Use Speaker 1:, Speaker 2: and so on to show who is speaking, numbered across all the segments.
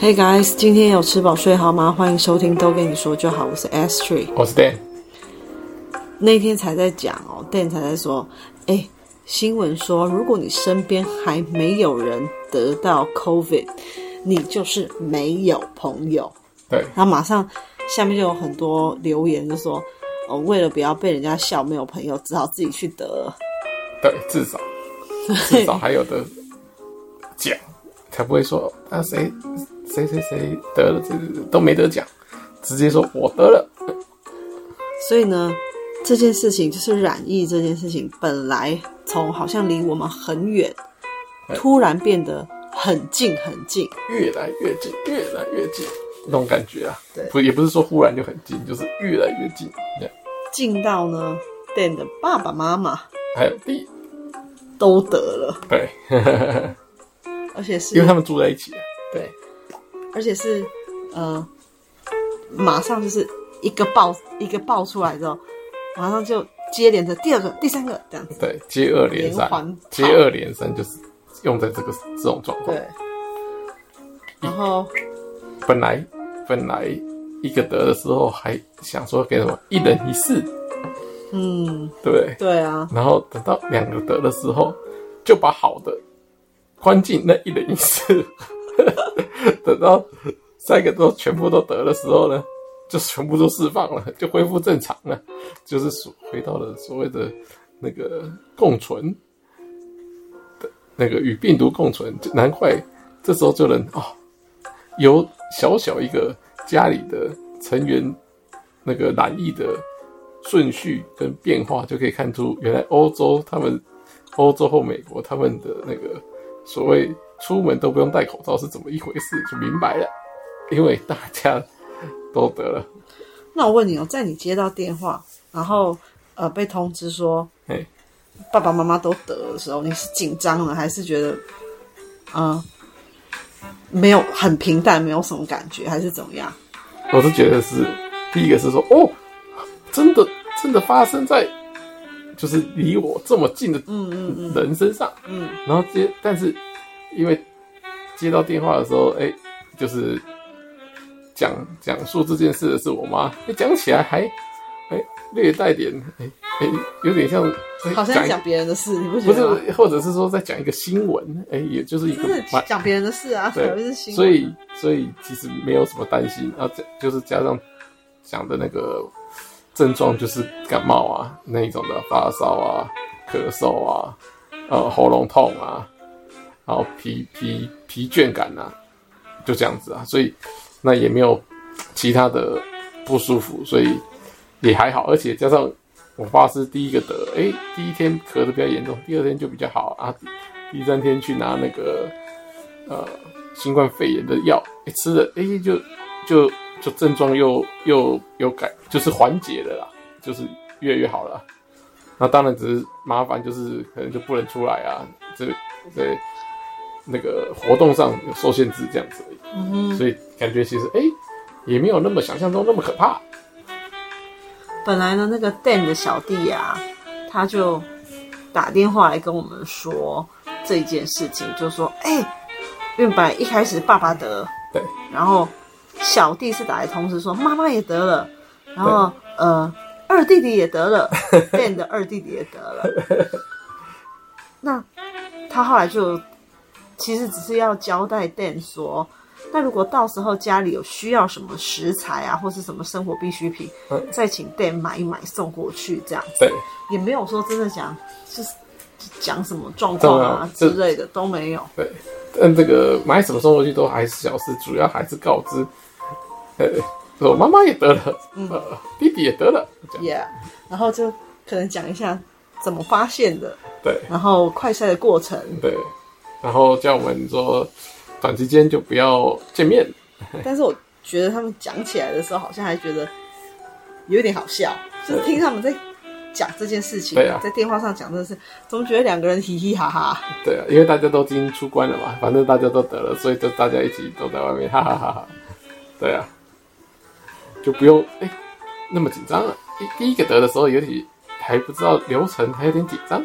Speaker 1: Hey guys，今天有吃饱睡好吗？欢迎收听，都跟你说就好。我是 S Tree，
Speaker 2: 我是 Dan，
Speaker 1: 那天才在讲哦，Dan 才在说，哎、新闻说，如果你身边还没有人得到 COVID，你就是没有朋友。
Speaker 2: 对，
Speaker 1: 然后马上下面就有很多留言，就说，哦，为了不要被人家笑没有朋友，只好自己去得了。
Speaker 2: 对，至 少至少还有的奖，才不会说啊谁谁谁谁得了这都没得奖，直接说我得了。
Speaker 1: 所以呢，这件事情就是染疫这件事情，本来从好像离我们很远，
Speaker 2: 哎
Speaker 1: 突然变得很近很近。
Speaker 2: 越来越近，越来越近，那种感觉啊。
Speaker 1: 对
Speaker 2: 不也不是说忽然就很近，就是越来越近。这样
Speaker 1: 近到呢，Dan 的爸爸妈妈
Speaker 2: 还有弟，
Speaker 1: 都得了，
Speaker 2: 对，
Speaker 1: 而且
Speaker 2: 因为
Speaker 1: 是
Speaker 2: 他们住在一起啊。对，
Speaker 1: 而且是呃，马上就是一个爆一个爆出来之后，马上就接连着第二个、第三个这样子。
Speaker 2: 对，接二连
Speaker 1: 连
Speaker 2: 三
Speaker 1: 环炮，
Speaker 2: 接二连三就是用在这个这种状况。
Speaker 1: 对，然后
Speaker 2: 本来本来一个得的时候还想说给什么一人一室，
Speaker 1: 嗯，
Speaker 2: 对不对？
Speaker 1: 对啊，
Speaker 2: 然后等到两个得的时候，就把好的关进那一人一室。 等到三个都全部都得的时候呢，就全部都释放了， 就恢复正常了，就是所回到了所谓的那个共存的那个与病毒共存，就难怪这时候就能哦，由小小一个家里的成员那个染疫的顺序跟变化，就可以看出原来欧洲他们欧洲或美国他们的那个所谓出门都不用戴口罩是怎么一回事，就明白了，因为大家都得了，
Speaker 1: 那我问你哦，在你接到电话，然后呃被通知说
Speaker 2: 哎，
Speaker 1: 爸爸妈妈都得的时候，你是紧张了，还是觉得，嗯、没有很平淡，没有什么感觉，还是怎么样？
Speaker 2: 我是觉得是第一个是说哦，真的真的发生在就是离我这么近的
Speaker 1: 嗯嗯嗯
Speaker 2: 人身上，
Speaker 1: 嗯，
Speaker 2: 然后接，但是因为接到电话的时候，哎、就是讲讲述这件事的是我妈，哎、讲起来还哎、略带点哎哎、有点像在
Speaker 1: 好像在
Speaker 2: 一
Speaker 1: 讲别人的事，啊你不觉
Speaker 2: 不
Speaker 1: 得吗？
Speaker 2: 是，或者是说在讲一个新闻，哎、也就是一个
Speaker 1: 真的
Speaker 2: 蛮
Speaker 1: 讲别人的事啊，
Speaker 2: 对
Speaker 1: 可是新闻
Speaker 2: 所以所以其实没有什么担心，然后再就是加上讲的那个症状就是感冒啊那一种的发烧啊、咳嗽啊、呃喉咙痛啊，然后疲疲疲倦感啊，就这样子啊，所以那也没有其他的不舒服，所以也还好，而且加上我爸是第一个得，诶，第一天咳的比较严重，第二天就比较好啊，第第三天去拿那个呃新冠肺炎的药，诶，吃了，诶，就就就症状又又有改，就是缓解了啦，就是越来越好了。那当然只是麻烦，就是可能就不能出来啊，这这那个活动上有受限制这样子而已。
Speaker 1: 嗯哼，
Speaker 2: 所以感觉其实哎、诶也没有那么想象中那么可怕。
Speaker 1: 本来呢，那个 Dan 的小弟啊，他就打电话来跟我们说这件事情，就说，哎、因为本来一开始爸爸得，
Speaker 2: 对，
Speaker 1: 然后小弟是打来通知说妈妈也得了，然后呃二弟弟也得了，Dan 的二弟弟也得了。那他后来就其实只是要交代 Dan 说，那如果到时候家里有需要什么食材啊，或是什么生活必需品，
Speaker 2: 嗯
Speaker 1: 再请 Dan 买一买送过去，这样子
Speaker 2: 对，
Speaker 1: 也没有说真的讲就是讲什么状况啊之
Speaker 2: 对啊这
Speaker 1: 类的都没有。
Speaker 2: 对，但这个买什么送过去都还是小事，主要还是告知，呃，我妈妈也得了，
Speaker 1: 嗯
Speaker 2: 呃，弟弟也得了，这样
Speaker 1: Yeah，然后就可能讲一下怎么发现的，
Speaker 2: 对
Speaker 1: 然后快筛的过程，
Speaker 2: 对，然后叫我们说短期间就不要见面，
Speaker 1: 但是我觉得他们讲起来的时候，好像还觉得有点好笑，就是听他们在讲这件事情，
Speaker 2: 对啊
Speaker 1: 在电话上讲这件事，总觉得两个人嘻嘻哈哈。
Speaker 2: 对啊，因为大家都已经出关了嘛，反正大家都得了，所以就大家一起都在外面，哈哈哈哈。对啊，就不用哎、那么紧张了。第第一个得的时候有点还不知道流程，还有点紧张。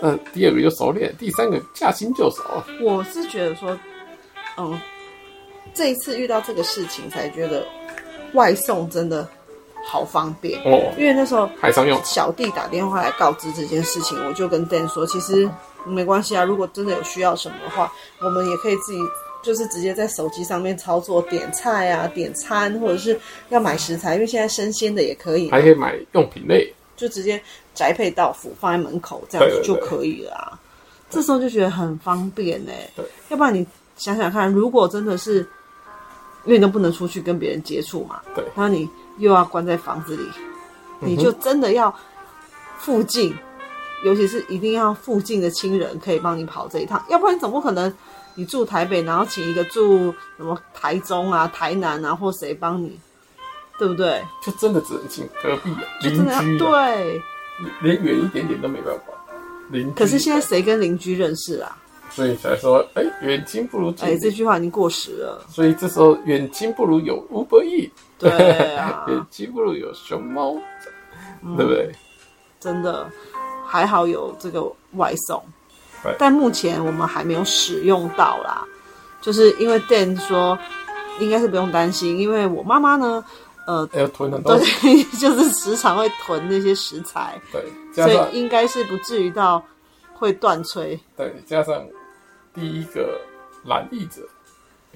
Speaker 2: 那第啊二个就熟练，第三个驾轻就熟。
Speaker 1: 我是觉得说，嗯，这一次遇到这个事情，才觉得外送真的好方便。
Speaker 2: 哦，
Speaker 1: 因为那时候
Speaker 2: 海上用
Speaker 1: 小弟打电话来告知这件事情，我就跟 Dan 说，其实没关系啊，如果真的有需要什么的话，我们也可以自己就是直接在手机上面操作点菜啊、点餐，或者是要买食材，因为现在生鲜的也可以，
Speaker 2: 还可以买用品类，
Speaker 1: 就直接宅配到府，放在门口这样子
Speaker 2: 对对
Speaker 1: 就
Speaker 2: 对
Speaker 1: 可以了、啊。这时候就觉得很方便呢、
Speaker 2: 对
Speaker 1: 要不然你想想看，如果真的是因为你都不能出去跟别人接触嘛，
Speaker 2: 对嗯
Speaker 1: 然后你又要关在房子里，你就真的要附近，尤其是一定要附近的亲人可以帮你跑这一趟，要不然你总不可能你住台北，然后请一个住什么台中啊、台南啊或谁帮你，对不对？
Speaker 2: 就真的只能请隔壁啊
Speaker 1: 就
Speaker 2: 邻
Speaker 1: 真的要
Speaker 2: 居啊，
Speaker 1: 对。
Speaker 2: 连远一点点都没办法。邻居，
Speaker 1: 可是现在，谁跟邻居认识啊？
Speaker 2: 所以才说，哎，远亲不如近
Speaker 1: 哎、这
Speaker 2: 邻。
Speaker 1: 句话已经过时 了。
Speaker 2: 所以这时候，远亲不如有 Uber E，
Speaker 1: 对啊，嗯
Speaker 2: 远亲不如有熊猫，对不对？
Speaker 1: 真的还好有这个外送
Speaker 2: 对，
Speaker 1: 但目前我们还没有使用到啦。就是因为 Dan 说应该是不用担心，因为我妈妈呢，呃，
Speaker 2: 要囤很多，
Speaker 1: 对， 就是时常会囤那些食材，
Speaker 2: 对，啊加
Speaker 1: 所
Speaker 2: 上
Speaker 1: 以应该是不至于到会断炊。
Speaker 2: 对，加上第一个染疫者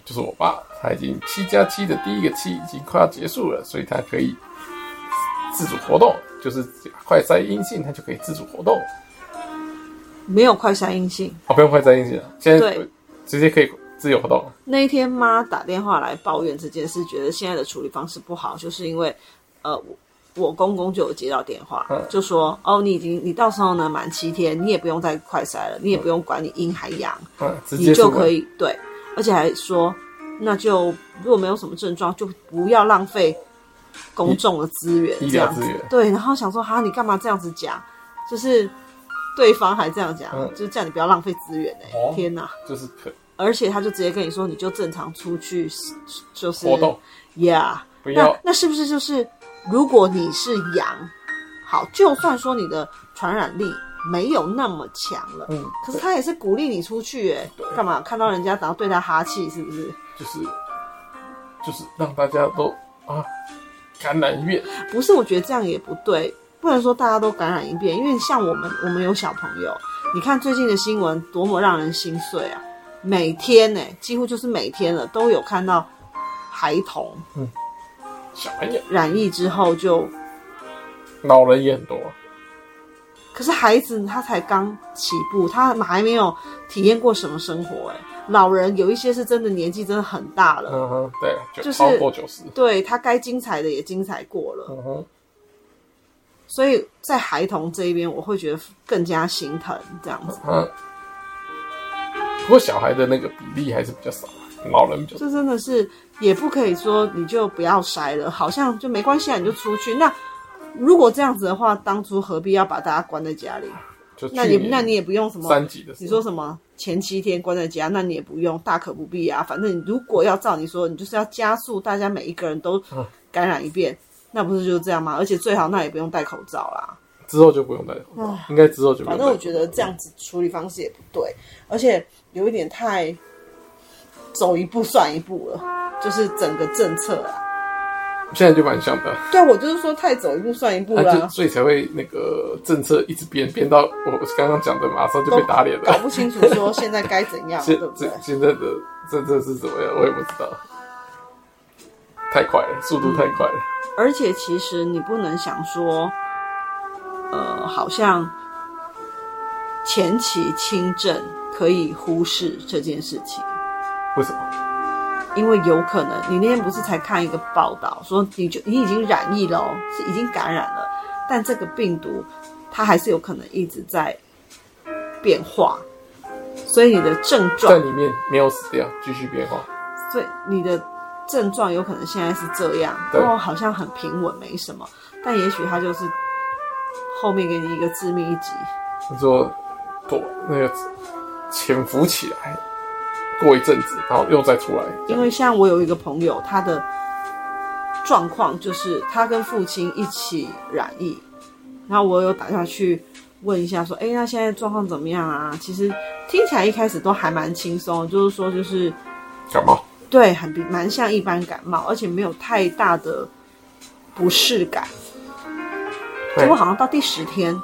Speaker 2: 就是我爸，他已经七加七的第一个期已经快要结束了，所以他可以自主活动，就是快筛阴性，他就可以自主活动。
Speaker 1: 没有快筛阴性。
Speaker 2: 哦，不用快筛阴性了，现在
Speaker 1: 对
Speaker 2: 直接可以自由活动。
Speaker 1: 那一天妈打电话来抱怨这件事，觉得现在的处理方式不好，就是因为，呃，我我公公就有接到电话，
Speaker 2: 嗯
Speaker 1: 就说哦，你已经你到时候呢满七天，你也不用再快筛了，你也不用管你阴还阳，
Speaker 2: 嗯，直接
Speaker 1: 你就
Speaker 2: 出门
Speaker 1: 可。以对，而且还说，那就如果没有什么症状，就不要浪费公众的资源，
Speaker 2: 医
Speaker 1: 这样
Speaker 2: 疗
Speaker 1: 子
Speaker 2: 资源
Speaker 1: 对，然后想说哈，你干嘛这样子讲？就是对方还这样讲，
Speaker 2: 嗯
Speaker 1: 就是叫你不要浪费资源哎、
Speaker 2: 哦
Speaker 1: 天哪！
Speaker 2: 就是可
Speaker 1: 而且他就直接跟你说，你就正常出去，就是
Speaker 2: 活动，
Speaker 1: ，Yeah，
Speaker 2: 不
Speaker 1: 那
Speaker 2: 要
Speaker 1: 那是不是就是，如果你是阳，好，就算说你的传染力没有那么强了，
Speaker 2: 嗯
Speaker 1: 可是他也是鼓励你出去、欸，
Speaker 2: 对
Speaker 1: 干嘛？看到人家然后对他哈气，是不是？
Speaker 2: 就是就是让大家都啊感染院
Speaker 1: 不是，我觉得这样也不对，不能说大家都感染一遍，因为像我们，我们有小朋友，你看最近的新闻多么让人心碎啊！每天呢、几乎就是每天了，都有看到孩童
Speaker 2: 小朋友，
Speaker 1: 染疫之后就，
Speaker 2: 老人也很多。啊
Speaker 1: 可是孩子他才刚起步，他还没有体验过什么生活、哎，老人有一些是真的年纪真的很大了，
Speaker 2: 嗯哼，对，就
Speaker 1: 就是
Speaker 2: 超过九十。
Speaker 1: 对他该精彩的也精彩过了，
Speaker 2: 嗯哼，
Speaker 1: 所以在孩童这一边，我会觉得更加心疼这样子。
Speaker 2: 嗯，不过小孩的那个比例还是比较少，啊老人比较多。
Speaker 1: 这真的是也不可以说你就不要筛了，好像就没关系啊，你就出去。那如果这样子的话，当初何必要把大家关在家里？
Speaker 2: 就去
Speaker 1: 那你
Speaker 2: 年
Speaker 1: 那你也不用什么
Speaker 2: 三级的时候，
Speaker 1: 你说什么前七天关在家，那你也不用，大可不必啊。反正你如果要照你说，你就是要加速大家每一个人都感染一遍，那不是就是这样吗？而且最好那也不用戴口罩啦。
Speaker 2: 之后就不用戴口罩，应该之后就不
Speaker 1: 反
Speaker 2: 用戴口罩。
Speaker 1: 正我觉得这样子处理方式也不对，而且有一点太走一步算一步了，就是整个政策啊。
Speaker 2: 现在就蛮像的，
Speaker 1: 对啊，我就是说太走一步算一步
Speaker 2: 那啊就
Speaker 1: 啦，
Speaker 2: 所以才会那个政策一直变变到我刚刚讲的，马上就被打脸
Speaker 1: 搞
Speaker 2: 了。
Speaker 1: 不清楚说现在该怎 样，对
Speaker 2: 现
Speaker 1: 不对
Speaker 2: 现？现在的政策是怎么样，我也不知道，太快了，速度太快了。
Speaker 1: 而且其实你不能想说，呃，好像前期轻症可以忽视这件事情，
Speaker 2: 为什么？
Speaker 1: 因为有可能你那天不是才看一个报道说你就你已经染疫了哦，是已经感染了，但这个病毒它还是有可能一直在变化，所以你的症状
Speaker 2: 在里面没有死掉，继续变化。
Speaker 1: 所以你的症状有可能现在是这样，
Speaker 2: 对
Speaker 1: 然后好像很平稳，没什么，但也许它就是后面给你一个致命一击。
Speaker 2: 他说躲那个潜伏起来，过一阵子，然后又再出来。
Speaker 1: 因
Speaker 2: 这样
Speaker 1: 为像我有一个朋友，他的状况就是他跟父亲一起染疫，然后我有打电话去问一下，说，哎，那现在状况怎么样啊？其实听起来一开始都还蛮轻松，就是说就是
Speaker 2: 感冒
Speaker 1: 对，很比蛮像一般感冒，而且没有太大的不适感。结
Speaker 2: 对
Speaker 1: 果好像到第十天，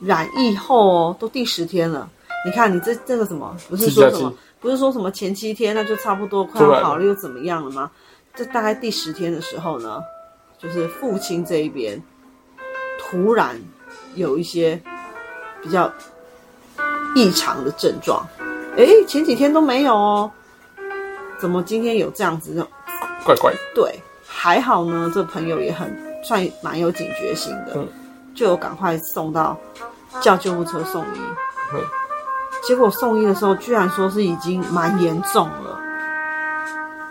Speaker 1: 染疫后哦，都第十天了。你看，你这这个什么，不是说
Speaker 2: 自
Speaker 1: 什
Speaker 2: 己要
Speaker 1: 么
Speaker 2: 记，
Speaker 1: 不是说什么前七天那就差不多快
Speaker 2: 对
Speaker 1: 要好了又怎么样了吗？这大概第十天的时候呢，就是父亲这一边突然有一些比较异常的症状，诶，前几天都没有哦，怎么今天有这样子呢？
Speaker 2: 怪怪的，
Speaker 1: 对，还好呢，这朋友也很算蛮有警觉性的，
Speaker 2: 嗯
Speaker 1: 就有赶快送到叫救护车送医。
Speaker 2: 嗯
Speaker 1: 结果送医的时候，居然说是已经蛮严重了，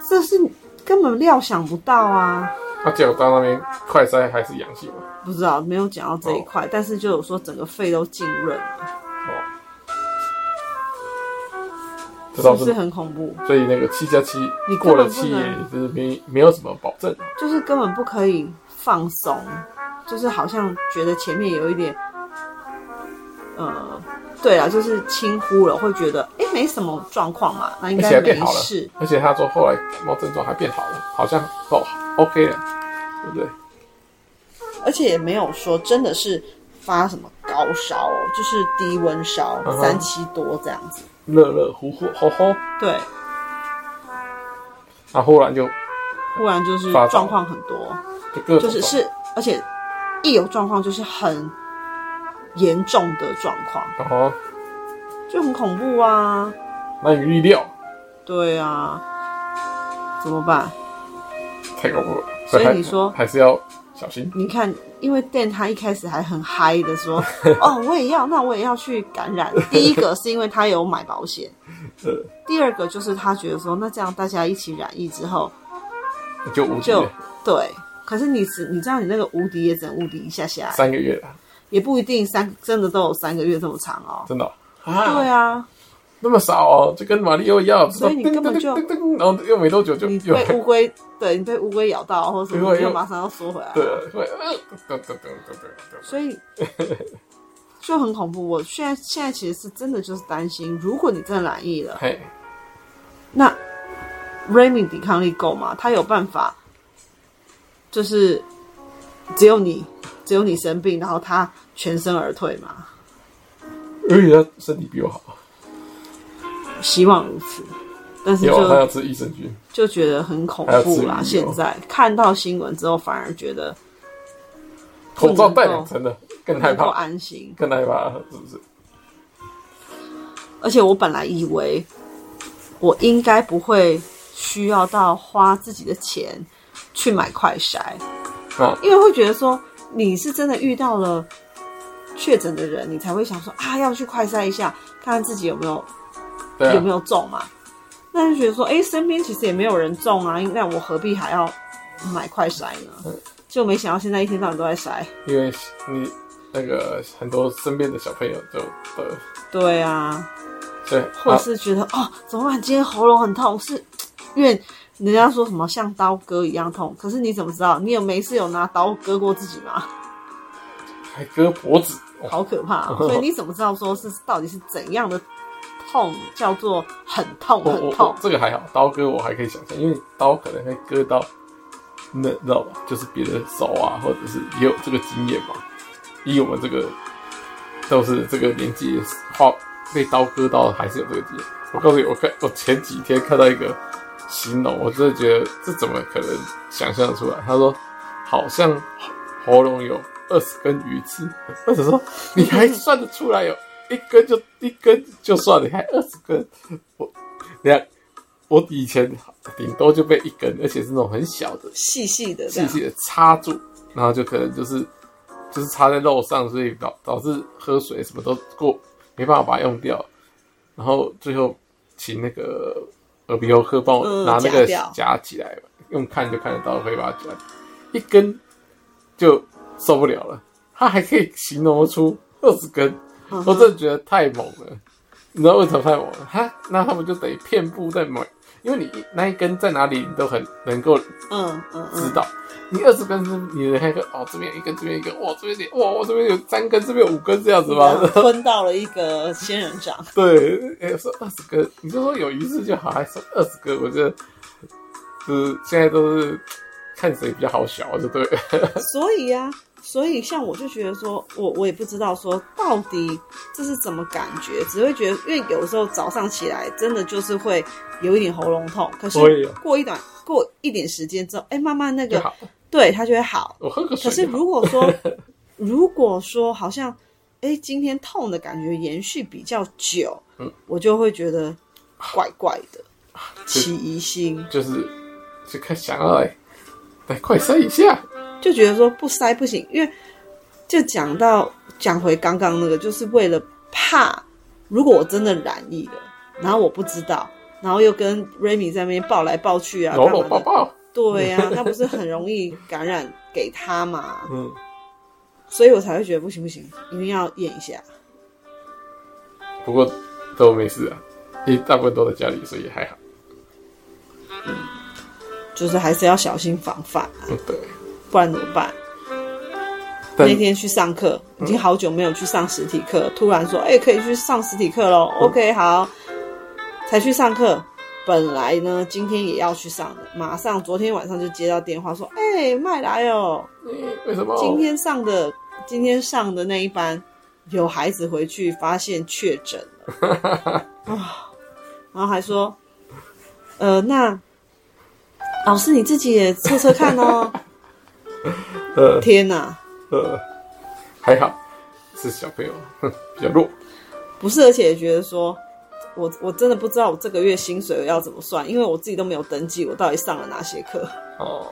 Speaker 1: 这是根本料想不到啊！
Speaker 2: 他结果到那边快筛还是阳性嘛，
Speaker 1: 不知道没有讲到这一块，但是就有说整个肺都浸润了，
Speaker 2: 哦，这
Speaker 1: 是
Speaker 2: 倒
Speaker 1: 不
Speaker 2: 是
Speaker 1: 是很恐怖？
Speaker 2: 所以那个七加七
Speaker 1: 你根本
Speaker 2: 过了
Speaker 1: 不
Speaker 2: 七
Speaker 1: 能
Speaker 2: 年，也是没没有什么保证。
Speaker 1: 就是根本不可以放松，就是好像觉得前面有一点，呃，对啊，就是轻忽了，会觉得哎、诶没什么状况嘛，那应
Speaker 2: 而且
Speaker 1: 该
Speaker 2: 还变
Speaker 1: 没
Speaker 2: 好了
Speaker 1: 事。
Speaker 2: 而且他说后来感冒症状还变好了，好像哦 OK 了，对不对？
Speaker 1: 而且也没有说真的是发什么高烧哦，就是低温烧
Speaker 2: 嗯哼
Speaker 1: 三七多这样子。
Speaker 2: 热热乎乎吼吼，
Speaker 1: 对，
Speaker 2: 那忽然就
Speaker 1: 忽然就是
Speaker 2: 发烧
Speaker 1: 状况很多，
Speaker 2: 就各种
Speaker 1: 就是
Speaker 2: 状
Speaker 1: 是，而且一有状况就是很严重的状况，
Speaker 2: 况哦，
Speaker 1: 就很恐怖啊。
Speaker 2: 难以预料，
Speaker 1: 对啊，怎么办？
Speaker 2: 太恐怖了。
Speaker 1: 所以
Speaker 2: 还
Speaker 1: 你说
Speaker 2: 还是要小心，
Speaker 1: 你看，因为店他一开始还很嗨的说， 哦，我也要，那我也要去感染。第一个是因为他有买保险，
Speaker 2: 呃，
Speaker 1: 第二个就是他觉得说，那这样大家一起染疫之后，
Speaker 2: 就无敌
Speaker 1: 就
Speaker 2: 了
Speaker 1: 对。可是你只你知道你那个无敌也只能无敌一下下，
Speaker 2: 三个月了，
Speaker 1: 也不一定三真的都有三个月这么长哦。
Speaker 2: 真的哦
Speaker 1: 对
Speaker 2: 啊，
Speaker 1: 啊，
Speaker 2: 那么少哦，就跟马里奥一样，
Speaker 1: 所以你根本就
Speaker 2: 噔噔噔噔噔然后又没多久就
Speaker 1: 你
Speaker 2: 又
Speaker 1: 被乌龟，对你被乌龟咬到或者什
Speaker 2: 对
Speaker 1: 么，
Speaker 2: 会
Speaker 1: 你就
Speaker 2: 有
Speaker 1: 马上要缩回来。
Speaker 2: 对，会呃噔噔噔噔噔噔，
Speaker 1: 所以就很恐怖。我现在现在其实是真的就是担心，如果你真的染疫了，
Speaker 2: 嘿，
Speaker 1: 那 Remy 抵抗力够吗？他有办法，就是只有你只有你生病，然后他全身而退吗？
Speaker 2: 而且他身体比我好，
Speaker 1: 希望如此，但是
Speaker 2: 有啊他要
Speaker 1: 就
Speaker 2: 吃益生菌，
Speaker 1: 就觉得很恐
Speaker 2: 还要
Speaker 1: 怖
Speaker 2: 自愈
Speaker 1: 啦
Speaker 2: 哦。
Speaker 1: 现在看到新闻之后，反而觉得不
Speaker 2: 口罩
Speaker 1: 能
Speaker 2: 戴
Speaker 1: 够
Speaker 2: 两层的，更
Speaker 1: 不
Speaker 2: 害
Speaker 1: 能够
Speaker 2: 怕。
Speaker 1: 安心。
Speaker 2: 更害怕，是不是？
Speaker 1: 而且我本来以为我应该不会需要到花自己的钱去买快筛，
Speaker 2: 啊，
Speaker 1: 因为会觉得说你是真的遇到了确诊的人，你才会想说啊，要去快筛一下，看看自己有没有、
Speaker 2: 对啊，
Speaker 1: 有没有中嘛。那就觉得说，哎、身边其实也没有人中啊，那我何必还要买快筛呢？就没想到现在一天到晚都在筛。
Speaker 2: 因为你那个很多身边的小朋友就得，
Speaker 1: 对啊，
Speaker 2: 所以
Speaker 1: 或
Speaker 2: 啊
Speaker 1: 者，是觉得、哦，怎么办？今天喉咙很痛，是因为人家说什么像刀割一样痛，可是你怎么知道？你有没事有拿刀割过自己吗？
Speaker 2: 还割脖子，哦
Speaker 1: 好可怕、 哦！所以你怎么知道说是到底是怎样的痛叫做很痛
Speaker 2: 我
Speaker 1: 很
Speaker 2: 我
Speaker 1: 痛
Speaker 2: 我？这个还好，刀割我还可以想象，因为刀可能会割到，那你知道吧？就是别的手啊，或者是也有这个经验嘛。以我们这个都是这个年纪，划被刀割到还是有这个经验。我告诉你，我看哎我前几天看到一个形容，我真的觉得这怎么可能想象得出来？他说好像喉咙有二十根鱼刺，或者说你还算得出来有一根就一根就算了，你还二十根，我你看我以前顶多就被一根，而且是那种很小的
Speaker 1: 细细的，这
Speaker 2: 细
Speaker 1: 样
Speaker 2: 细的插住，然后就可能就是就是插在肉上，所以导导致喝水什么都过没办法把它用掉，然后最后请那个耳鼻喉科帮我
Speaker 1: 嗯
Speaker 2: 拿那
Speaker 1: 夹
Speaker 2: 个
Speaker 1: 掉
Speaker 2: 夹起来，用看就看得到，可以把它夹，一根就受不了了，它还可以形容出二十根，
Speaker 1: 嗯
Speaker 2: 我
Speaker 1: 哼
Speaker 2: 真的觉得太猛了。你知道为什么太猛了？哈，那他们就得遍布在猛，因为你一那一根在哪里，你都很能够
Speaker 1: 嗯嗯
Speaker 2: 知
Speaker 1: 嗯，
Speaker 2: 道。你二十根是你的那个哦，这边有一根，这边有一根，哇，这边有哇，我这边有三根，这边有五根这样子吧
Speaker 1: 然后？ 吞到了一个仙人掌，
Speaker 2: 对，哎说二十根，你就说有鱼刺就好，还说二十根，我觉得就是现在都是看谁比较好小，就对了。
Speaker 1: 所以呀、所以像我就觉得说，我我也不知道说到底这是怎么感觉，只会觉得，因为有时候早上起来真的就是会有一点喉咙痛，可
Speaker 2: 我也
Speaker 1: 是
Speaker 2: 有
Speaker 1: 过一段过一点时间之后，哎，慢慢那
Speaker 2: 就
Speaker 1: 个
Speaker 2: 好，
Speaker 1: 对它就会好。
Speaker 2: 我喝个水
Speaker 1: 可是
Speaker 2: 就好。
Speaker 1: 如果 说如果说好像，哎，今天痛的感觉延续比较久，
Speaker 2: 嗯啊
Speaker 1: 我就会觉得怪怪的，
Speaker 2: 这
Speaker 1: 起疑心，
Speaker 2: 就是就看想要来来快塞一下，
Speaker 1: 就觉得说不塞不行，因为就讲到讲回刚刚那个，就是为了怕，如果我真的染疫了，然后我不知道，然后又跟 Remy 在那边抱来抱去啊，
Speaker 2: 搂搂
Speaker 1: 干
Speaker 2: 抱
Speaker 1: 嘛的？
Speaker 2: 抱，
Speaker 1: 对呀、那不是很容易感染给他嘛？
Speaker 2: 嗯，
Speaker 1: 所以我才会觉得不行不行，一定要验一下。
Speaker 2: 不过都没事啊，因为大部分都在家里，所以还好。
Speaker 1: 就是还是要小心防范啊，
Speaker 2: 嗯，对。
Speaker 1: 不然怎么办？
Speaker 2: 但
Speaker 1: 那天去上课，已经好久没有去上实体课，突然说，哎、可以去上实体课喽、OK，好，才去上课。本来呢，今天也要去上的，马上昨天晚上就接到电话说，哎、麦来哦，
Speaker 2: 哎为什么
Speaker 1: 今天上的今天上的那一班有孩子回去发现确诊了啊，然后还说，呃，那老师你自己也测测看哦。
Speaker 2: 呃
Speaker 1: 天哪，
Speaker 2: 呃 还好是小朋友，哼，比较弱，
Speaker 1: 不是，而且也觉得说，我我真的不知道我这个月薪水要怎么算，因为我自己都没有登记，我到底上了哪些课，
Speaker 2: 哦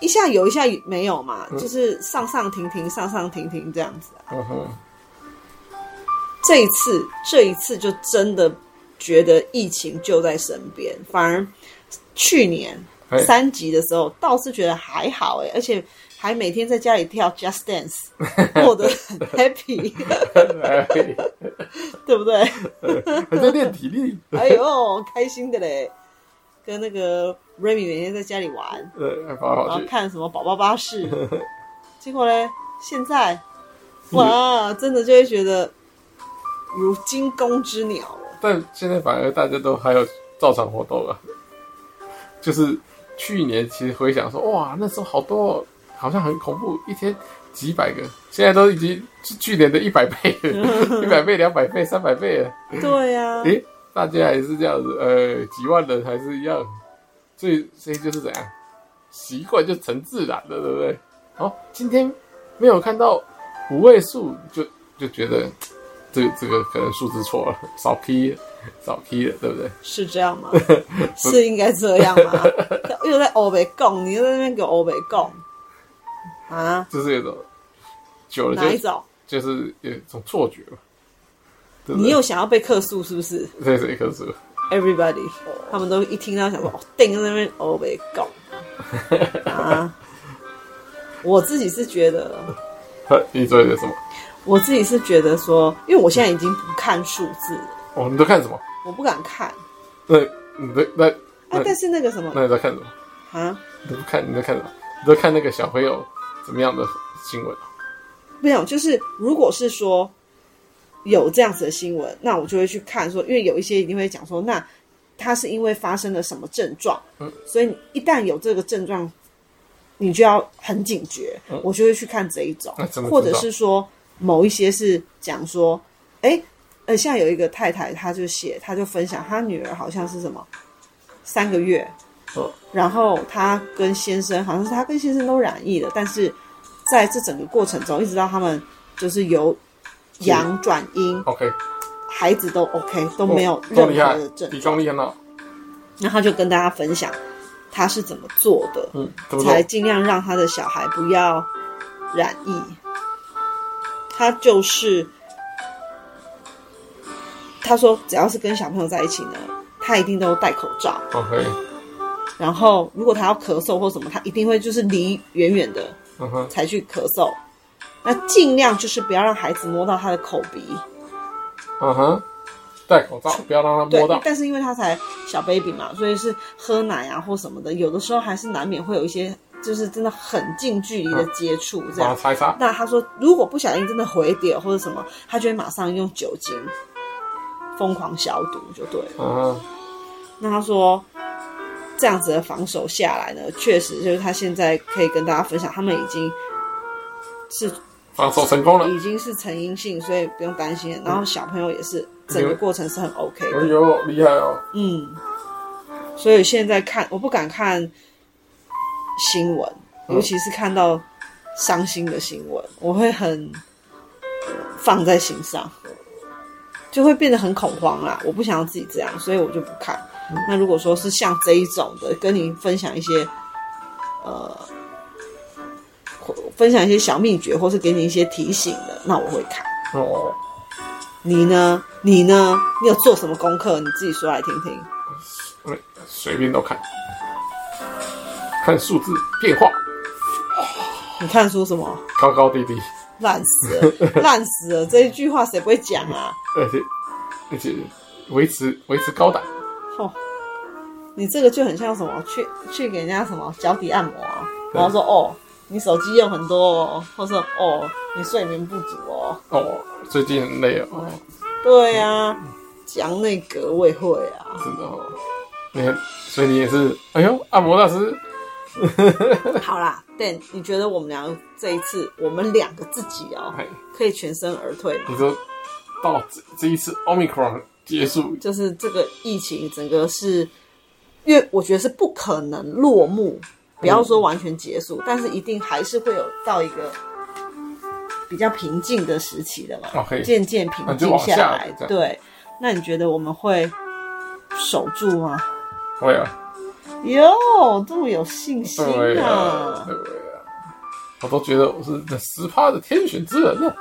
Speaker 1: 一下有一下没有嘛，就是上上停停，上上停停这样子、啊。
Speaker 2: 嗯哼，
Speaker 1: 这一次，这一次就真的觉得疫情就在身边，反而去年
Speaker 2: 哎
Speaker 1: 三级的时候倒是觉得还好哎、而且还每天在家里跳 Just Dance，过得很 happy，
Speaker 2: 哎
Speaker 1: 对不对？
Speaker 2: 还在练体力，
Speaker 1: 哎呦，开心的嘞！跟那个 Remy 每天在家里玩，
Speaker 2: 呃，还跑来
Speaker 1: 然
Speaker 2: 跑
Speaker 1: 后
Speaker 2: 去，
Speaker 1: 看什么宝宝巴士，结果嘞，现在哇，真的就会觉得如惊弓之鸟了。
Speaker 2: 但现在反而大家都还有照常活动啊，就是去年其实回想说，哇，那时候好多、哦，好像很恐怖，一天几百个，现在都已经是去年的一百倍了，一 百倍、两百倍、三百倍了。
Speaker 1: 对呀、
Speaker 2: 诶、大家还是这样子，呃，几万人还是一样，所以所以就是怎样，习惯就成自然了，对不对？好，今天没有看到五位数，就就觉得嘖这个这个可能数字错了，少 P 少 P 了，对不对？
Speaker 1: 是这样吗？是应该这样吗？又在欧北供，你又在那边给欧北供啊？
Speaker 2: 就是有种久了
Speaker 1: 哪一
Speaker 2: 就
Speaker 1: 种？
Speaker 2: 就是有一种错觉嘛，对不
Speaker 1: 你
Speaker 2: 对？
Speaker 1: 又想要被客诉是不是
Speaker 2: 这是一棵树，
Speaker 1: ？Everybody，他
Speaker 2: 哦
Speaker 1: 们都一听到想说，哦，定在那边欧北 供。啊，我自己是觉得，
Speaker 2: 你做的什么？
Speaker 1: 我自己是觉得说，因为我现在已经不看数字了，
Speaker 2: 哦，你都看什么？
Speaker 1: 我不敢看
Speaker 2: 那你都那
Speaker 1: 啊
Speaker 2: 那。
Speaker 1: 但是那个什么
Speaker 2: 那你在看什么？
Speaker 1: 啊，
Speaker 2: 你都看你在看什么？你都看那个小朋友怎么样的新闻？
Speaker 1: 没有，就是如果是说有这样子的新闻，那我就会去看说，因为有一些一定会讲说，那他是因为发生了什么症状，
Speaker 2: 嗯
Speaker 1: 所以你一旦有这个症状，你就要很警觉，我就会去看这一种
Speaker 2: 嗯那怎，么知道
Speaker 1: 或者是说某一些是讲说，哎，呃，像有一个太太，她就写，她就分享她女儿好像是什么三个月，
Speaker 2: 哦
Speaker 1: 然后她跟先生好像是她跟先生都染疫了，但是在这整个过程中，一直到他们就是由阳转阴，
Speaker 2: ，OK，
Speaker 1: 孩子都 OK，都没有任何
Speaker 2: 多哦厉害
Speaker 1: 的症，
Speaker 2: 比
Speaker 1: 状。
Speaker 2: 重厉害呢。
Speaker 1: 那她就跟大家分享她是怎么做的，
Speaker 2: 嗯，怎么
Speaker 1: 才
Speaker 2: 说？
Speaker 1: 尽量让她的小孩不要染疫。她就是她说，只要是跟小朋友在一起呢，她一定都戴口罩。
Speaker 2: OK，
Speaker 1: 然后如果他要咳嗽或什么，他一定会就是离远远的
Speaker 2: 嗯哼，
Speaker 1: 才去咳嗽。那尽量就是不要让孩子摸到他的口鼻，
Speaker 2: 嗯哼，戴口罩，不要让他
Speaker 1: 对
Speaker 2: 摸到。。
Speaker 1: 但是因为他才小 baby 嘛，所以是喝奶啊或什么的，有的时候还是难免会有一些就是真的很近距离的接触这
Speaker 2: 把它
Speaker 1: 样。
Speaker 2: 擦一擦，
Speaker 1: 那他说，如果不小心真的回点或者什么，他就会马上用酒精疯狂消毒就对了。
Speaker 2: 嗯哼，
Speaker 1: 那他说，这样子的防守下来呢，确实就是他现在可以跟大家分享，他们已经是
Speaker 2: 防守成功了。
Speaker 1: 已经是成阴性，所以不用担心。然后小朋友也是整个过程是很 OK
Speaker 2: 哎
Speaker 1: 的，
Speaker 2: 呦，厉害哦！
Speaker 1: 嗯。所以现在看，我不敢看新闻，
Speaker 2: 嗯
Speaker 1: 尤其是看到伤心的新闻，我会很放在心上，就会变得很恐慌啦。我不想要自己这样，所以我就不看。那如果说是像这一种的，跟你分享一些，呃，或分享一些小秘诀，或是给你一些提醒的，那我会看。
Speaker 2: 哦，
Speaker 1: 你呢？你呢？你有做什么功课？你自己说来听听。
Speaker 2: 嗯随便都看，看数字变化，
Speaker 1: 你看出什么？
Speaker 2: 高高低低，
Speaker 1: 烂死了， 烂死了！这一句话谁不会讲啊？
Speaker 2: 而且而且维持维持高档，
Speaker 1: 哦，你这个就很像什么？去去给人家什么脚底按摩啊？然后说哦，你手机用很多哦，或者哦，你睡眠不足哦。
Speaker 2: 哦，最近很累哦，
Speaker 1: 对啊，讲那个我也会啊。
Speaker 2: 真的哦。你看，所以你也是，哎呦，按摩大师，
Speaker 1: 好啦，但你觉得我们两个这一次，我们两个自己哦，
Speaker 2: 哎，
Speaker 1: 可以全身而退吗？
Speaker 2: 你说到这这一次 Omicron 结束，
Speaker 1: 就是这个疫情整个是，因为我觉得是不可能落幕，不要说完全结束，但是一定还是会有到一个比较平静的时期的嘛
Speaker 2: OK
Speaker 1: 渐渐
Speaker 2: 哦那
Speaker 1: 平
Speaker 2: 就
Speaker 1: 静
Speaker 2: 往下
Speaker 1: 来
Speaker 2: 这。样
Speaker 1: 对，那你觉得我们会守住吗？
Speaker 2: 对啊，
Speaker 1: 哟，这么有信心
Speaker 2: 对啊，
Speaker 1: 啊！
Speaker 2: 对啊，我都觉得我是那十趴的天选之人了。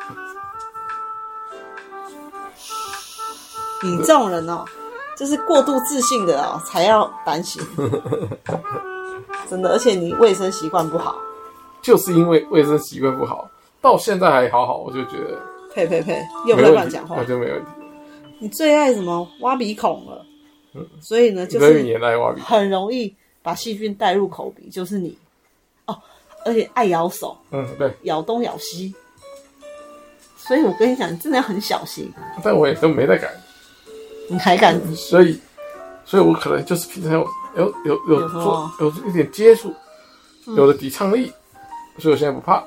Speaker 1: 你这种人哦，就是过度自信的哦，才要担 心。真的，而且你卫生习惯不好，
Speaker 2: 就是因为卫生习惯不好，到现在还好好，我就觉得
Speaker 1: 呸呸呸，又
Speaker 2: 没
Speaker 1: 在
Speaker 2: 问
Speaker 1: 乱
Speaker 2: 题
Speaker 1: 讲话
Speaker 2: 我。就没问题。
Speaker 1: 你最爱什么挖鼻孔了，所以呢，就
Speaker 2: 所以你
Speaker 1: 是
Speaker 2: 也来挖鼻，
Speaker 1: 很容易把细菌带入口鼻，就是你哦，而且爱咬手，
Speaker 2: 嗯，对，
Speaker 1: 咬东咬西，所以我跟你讲，你真的要很小心，
Speaker 2: 但我也都没在改，
Speaker 1: 你还敢
Speaker 2: 所以，所以我可能就是平常有有有有
Speaker 1: 有嗯什
Speaker 2: 做
Speaker 1: 么
Speaker 2: 有一点接触，有了抵抗力，所以我现在不 怕。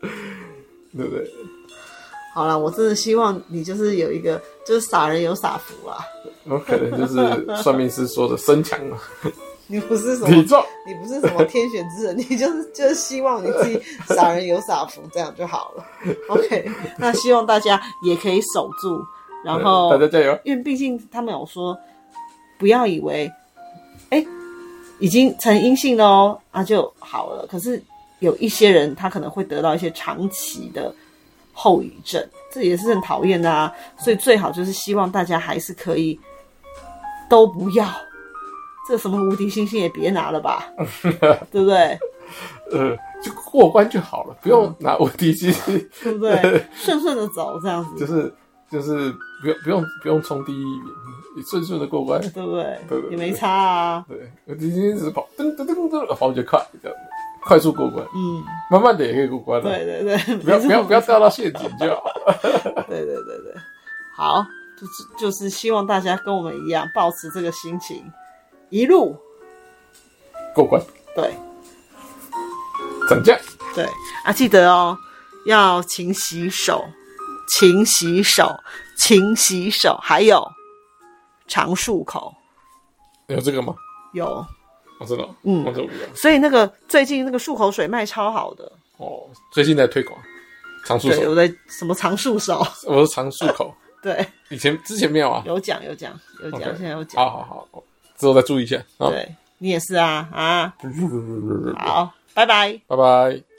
Speaker 2: 对不对？
Speaker 1: 好啦，我真的希望你就是有一个，就是傻人有傻福啊，
Speaker 2: 我可能就是算命师说的身强 嘛，
Speaker 1: 你不是什
Speaker 2: 体
Speaker 1: 么。
Speaker 2: 壮。
Speaker 1: 你不是什么天选 之人，你就是就是希望你自己傻人有傻福，这样就好了。OK，那 希望大家也可以守住，然后
Speaker 2: 大家加油！
Speaker 1: 因为毕竟他们有说，不要以为，哎、已经成阴性了哦，那就好了。可是有一些人他可能会得到一些长期的后遗症，这也是很讨厌的啊。所以最好就是希望大家还是可以都不要，这什么无敌星星也别拿了 吧，对不对？
Speaker 2: 呃，就过关就好了，不用拿我第一期，
Speaker 1: 对不对？顺顺的走这样
Speaker 2: 就
Speaker 1: 子，
Speaker 2: 是就是不用不用不用冲第一名，你顺顺的过关。
Speaker 1: 对不
Speaker 2: 对对
Speaker 1: 对？
Speaker 2: 对
Speaker 1: 也没差啊，
Speaker 2: 对，我第一期只是跑噔噔噔噔，跑得快，这样快速过关，
Speaker 1: 嗯，
Speaker 2: 慢慢的也可以过关了。
Speaker 1: 对对对，
Speaker 2: 不要
Speaker 1: 没
Speaker 2: 不
Speaker 1: 错
Speaker 2: 要不要掉到陷阱就好。
Speaker 1: 对对对对，好，就是就是希望大家跟我们一样，保持这个心情，一路
Speaker 2: 过关，
Speaker 1: 对
Speaker 2: 涨价，
Speaker 1: 对啊，记得哦，要勤洗手，勤洗手，勤洗手，还有常漱口，
Speaker 2: 有这个吗？
Speaker 1: 嗯有，
Speaker 2: 我真的哦，
Speaker 1: 嗯
Speaker 2: 我真的不知道。
Speaker 1: 所以那个最近那个漱口水卖超好的，
Speaker 2: 哦，最近在推广常漱
Speaker 1: 对，
Speaker 2: 手，
Speaker 1: 我在什么常漱手，
Speaker 2: 我是常漱口，
Speaker 1: 对，
Speaker 2: 以前之前没有啊。
Speaker 1: 有讲有讲有讲
Speaker 2: OK
Speaker 1: 现在有讲，
Speaker 2: 好好好，之后再注意一下啊。
Speaker 1: 对你也是啊啊，
Speaker 2: 拜
Speaker 1: 好，拜拜。
Speaker 2: 拜。